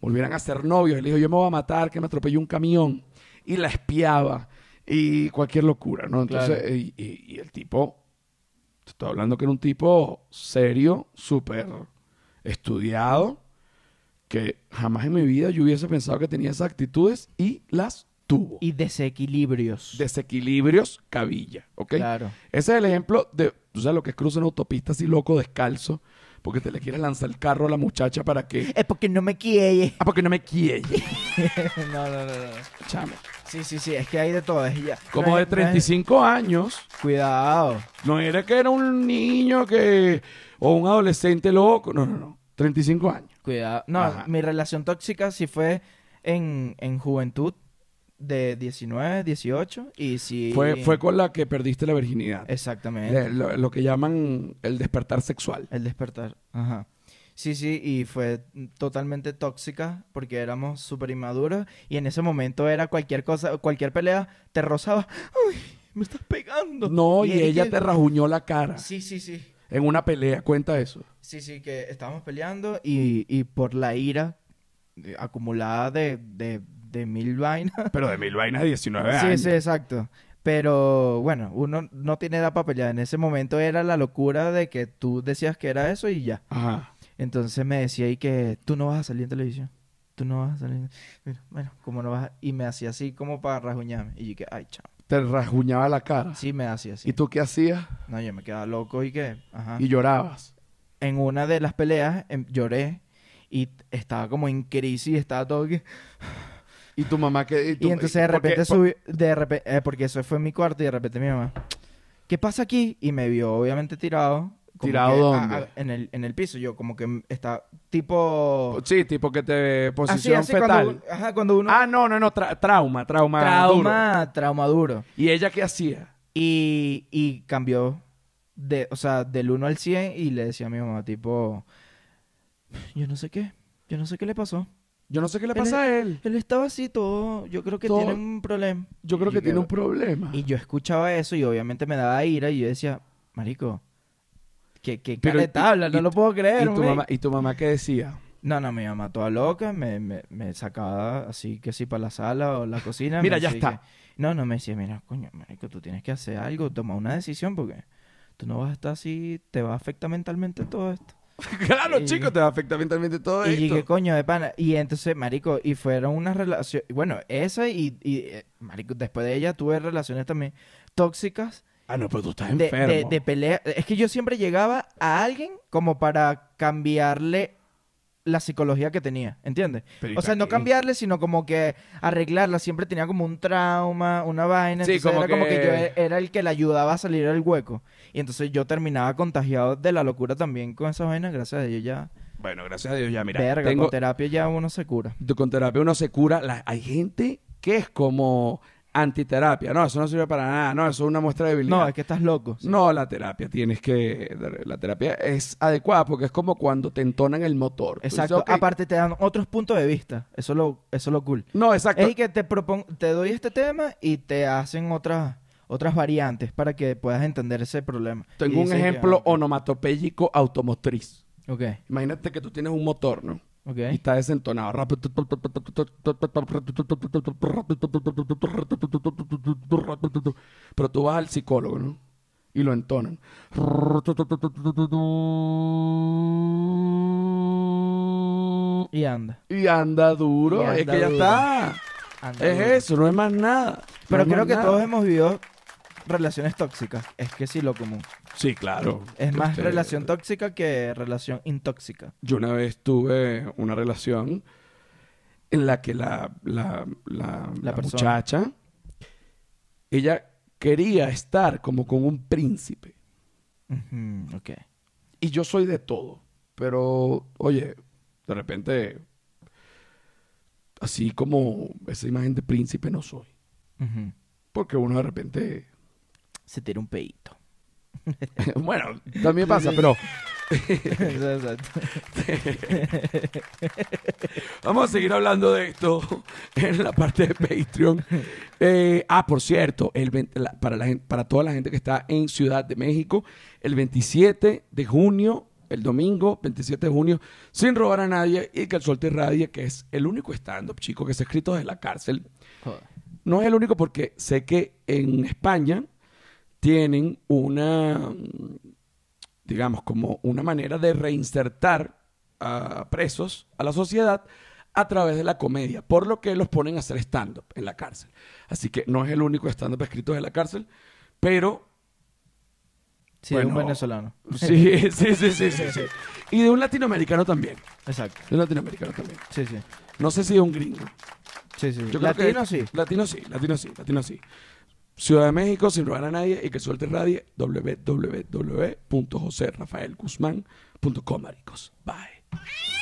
Speaker 1: volvieran a ser novios. Él dijo, yo me voy a matar, que me atropelló un camión. Y la espiaba y cualquier locura, ¿no? Entonces,
Speaker 2: Claro.
Speaker 1: y, y- y el tipo, te estoy hablando que era un tipo serio, súper estudiado, que jamás en mi vida yo hubiese pensado que tenía esas actitudes y las tuvo
Speaker 2: Y desequilibrios.
Speaker 1: desequilibrios cabilla, ¿ok?
Speaker 2: Claro.
Speaker 1: Ese es el ejemplo de, tú sabes lo que es cruzar una autopista así loco, descalzo, porque te le quieres lanzar el carro a la muchacha para que...
Speaker 2: Es porque no me quiere.
Speaker 1: Ah, porque no me quiere,
Speaker 2: no, no, no, no.
Speaker 1: chamo.
Speaker 2: Sí, sí, sí, es que hay de todo. es ya-
Speaker 1: Como
Speaker 2: no
Speaker 1: de
Speaker 2: es- no es-
Speaker 1: 35 años,
Speaker 2: Cuidado.
Speaker 1: no era que era un niño que... o un adolescente loco, no, no, no, 35 años.
Speaker 2: Cuidado. No,
Speaker 1: Ajá.
Speaker 2: mi relación tóxica sí fue en, en juventud de 19, 18 y sí...
Speaker 1: Fue, fue con la que perdiste la virginidad.
Speaker 2: Exactamente.
Speaker 1: Le- Lo, lo que llaman el despertar sexual.
Speaker 2: El despertar. Ajá. Sí, sí, y fue totalmente tóxica porque éramos súper inmaduros y en ese momento era cualquier cosa, cualquier pelea, te rozaba. ¡Uy! Me estás pegando.
Speaker 1: No, y
Speaker 2: es
Speaker 1: ella
Speaker 2: que-
Speaker 1: te rajuñó la cara
Speaker 2: Sí, sí, sí.
Speaker 1: en una pelea, cuenta eso.
Speaker 2: Sí, sí, que estábamos peleando y, y por la ira eh, acumulada de, de, de mil vainas.
Speaker 1: Pero de mil vainas, 19
Speaker 2: Sí,
Speaker 1: años.
Speaker 2: sí, exacto. Pero bueno, uno no tiene edad para pelear. En ese momento era la locura de que tú decías que era eso y ya.
Speaker 1: Ajá.
Speaker 2: Entonces me decía ahí que tú no vas a salir en televisión. Tú no vas a salir. en- Bueno, bueno, como no vas. a-?" Y me hacía así como para rajuñarme. Y yo que, ay, chao.
Speaker 1: Te rasguñaba la cara.
Speaker 2: Sí, Ah. me hacía
Speaker 1: Ah.
Speaker 2: así.
Speaker 1: ¿Y tú qué hacías?
Speaker 2: No, yo me quedaba loco y que, ajá.
Speaker 1: Y llorabas.
Speaker 2: en una de las peleas em, lloré y t- estaba como en crisis, estaba todo que...
Speaker 1: Y tu mamá que...
Speaker 2: Y entonces de repente subí, de repente, eh, porque eso fue en mi cuarto y de repente mi mamá, ¿qué pasa aquí? Y me vio obviamente tirado. como
Speaker 1: ¿Tirado
Speaker 2: que,
Speaker 1: dónde?
Speaker 2: en, el, en el piso, yo como que mm, está tipo...
Speaker 1: Sí, tipo que te...
Speaker 2: Así,
Speaker 1: Posición
Speaker 2: así,
Speaker 1: fetal.
Speaker 2: cuando, ajá, cuando uno...
Speaker 1: Ah, no, no, no. tra- trauma, trauma. duro.
Speaker 2: trauma, trauma duro.
Speaker 1: ¿Y ella qué hacía?
Speaker 2: Y, y cambió, de, o sea, del 1 al 100 y le decía a mi mamá tipo, yo no sé qué, yo no sé qué le pasó.
Speaker 1: Yo no sé qué le
Speaker 2: Él
Speaker 1: pasa a él.
Speaker 2: Él estaba así todo, yo creo que
Speaker 1: Todo-
Speaker 2: tiene un problema.
Speaker 1: Yo creo
Speaker 2: Y
Speaker 1: que tiene
Speaker 2: me-
Speaker 1: un problema.
Speaker 2: Y yo escuchaba eso y obviamente me daba ira y yo decía, marico, que qué
Speaker 1: Pero
Speaker 2: cara de
Speaker 1: y-
Speaker 2: tabla,
Speaker 1: y-
Speaker 2: no lo puedo
Speaker 1: ¿Y
Speaker 2: creer,
Speaker 1: tu,
Speaker 2: güey".
Speaker 1: mamá, ¿Y tu mamá qué decía?
Speaker 2: No, no, mi mamá toda loca, me, me, me sacaba así que sí para la sala o la cocina. me
Speaker 1: Mira, ya
Speaker 2: decía
Speaker 1: está.
Speaker 2: que- No, no, me decía, mira, coño, marico, tú tienes que hacer algo, toma una decisión porque tú no vas a estar así, te va a afectar mentalmente todo esto.
Speaker 1: claro,
Speaker 2: Y-
Speaker 1: chico, te va a afectar mentalmente todo
Speaker 2: Y
Speaker 1: esto.
Speaker 2: llegué, coño, de pana. Y entonces, marico, y fueron unas relaciones... Bueno, esa y, y, eh, marico, después de ella tuve relaciones también tóxicas.
Speaker 1: Ah, no, pero tú estás
Speaker 2: De,
Speaker 1: enfermo.
Speaker 2: de, de pelea. Es que yo siempre llegaba a alguien como para cambiarle la psicología que tenía, ¿entiendes?
Speaker 1: Pero ¿y
Speaker 2: O sea,
Speaker 1: pa'
Speaker 2: no
Speaker 1: qué?
Speaker 2: cambiarle, sino como que arreglarla. Siempre tenía como un trauma, una vaina.
Speaker 1: Sí,
Speaker 2: entonces
Speaker 1: como
Speaker 2: era como que
Speaker 1: que-
Speaker 2: yo e- era el que la ayudaba a salir del hueco. Y entonces yo terminaba contagiado de la locura también con esas vainas. Gracias a Dios ya...
Speaker 1: Bueno, gracias a Dios ya, mira.
Speaker 2: Verga,
Speaker 1: tengo,
Speaker 2: con terapia ya uno se cura.
Speaker 1: de- con terapia uno se cura. La- hay gente que es como antiterapia. No, eso no sirve para nada. No, eso es una muestra de debilidad.
Speaker 2: No, es que estás loco. sí.
Speaker 1: No, la terapia tienes que. La terapia es adecuada porque es como cuando te entonan el motor. Tú dices,
Speaker 2: Exacto.
Speaker 1: "Ok".
Speaker 2: Aparte te dan otros puntos de vista. Eso lo, eso lo cool.
Speaker 1: No, exacto.
Speaker 2: Es que te propon te doy este tema y te hacen otras otras variantes para que puedas entender ese problema. Y
Speaker 1: Tengo un
Speaker 2: dices que,
Speaker 1: ejemplo
Speaker 2: ah,
Speaker 1: onomatopéyico automotriz.
Speaker 2: Ok,
Speaker 1: Imagínate que tú tienes un motor, ¿no?
Speaker 2: ok.
Speaker 1: Y está desentonado. Pero tú vas al psicólogo, ¿no? Y lo entonan.
Speaker 2: Y anda.
Speaker 1: Y anda duro.
Speaker 2: Y
Speaker 1: es
Speaker 2: anda
Speaker 1: que ya
Speaker 2: duro.
Speaker 1: está.
Speaker 2: Anda,
Speaker 1: Es
Speaker 2: duro.
Speaker 1: eso, no es más nada. No
Speaker 2: Pero
Speaker 1: es más
Speaker 2: creo que
Speaker 1: nada.
Speaker 2: todos hemos vivido relaciones tóxicas. Es que sí, lo común.
Speaker 1: Sí, claro.
Speaker 2: Es más
Speaker 1: Este,
Speaker 2: relación tóxica que relación intóxica.
Speaker 1: Yo una vez tuve una relación en la que la, la, la, la
Speaker 2: persona.
Speaker 1: muchacha, ella quería estar como con un príncipe.
Speaker 2: Ujú, ok.
Speaker 1: Y yo soy de todo. Pero, oye, de repente, así como esa imagen de príncipe no soy.
Speaker 2: Ujú.
Speaker 1: Porque uno de repente
Speaker 2: Se tira un peito.
Speaker 1: bueno, también pasa, pero
Speaker 2: Exacto.
Speaker 1: vamos a seguir hablando de esto en la parte de Patreon. Eh, ah, por cierto, el, veinte- la- para, la, gen- para toda la gente que está en Ciudad de México, el 27 de junio, el domingo 27 de junio, sin robar a nadie y que el sol te irradie, que es el único stand-up, chico, que se ha escrito desde la cárcel.
Speaker 2: Joder.
Speaker 1: No es el único porque sé que en España tienen una, digamos, como una manera de reinsertar a presos a la sociedad a través de la comedia, por lo que los ponen a hacer stand-up en la cárcel. Así que no es el único stand-up escrito de la cárcel, pero
Speaker 2: Sí,
Speaker 1: Bueno.
Speaker 2: un venezolano.
Speaker 1: sí, sí, sí, sí, sí, sí. Y de un latinoamericano también,
Speaker 2: Exacto.
Speaker 1: de un latinoamericano también.
Speaker 2: Sí, sí.
Speaker 1: No sé si de un gringo.
Speaker 2: Sí, sí.
Speaker 1: Yo creo que-
Speaker 2: Latino, sí.
Speaker 1: Latino sí, latino sí, latino sí. Ciudad de México, sin robar a nadie y que suelte nadie, www.joserrafaelguzmán.com, maricos. Bye.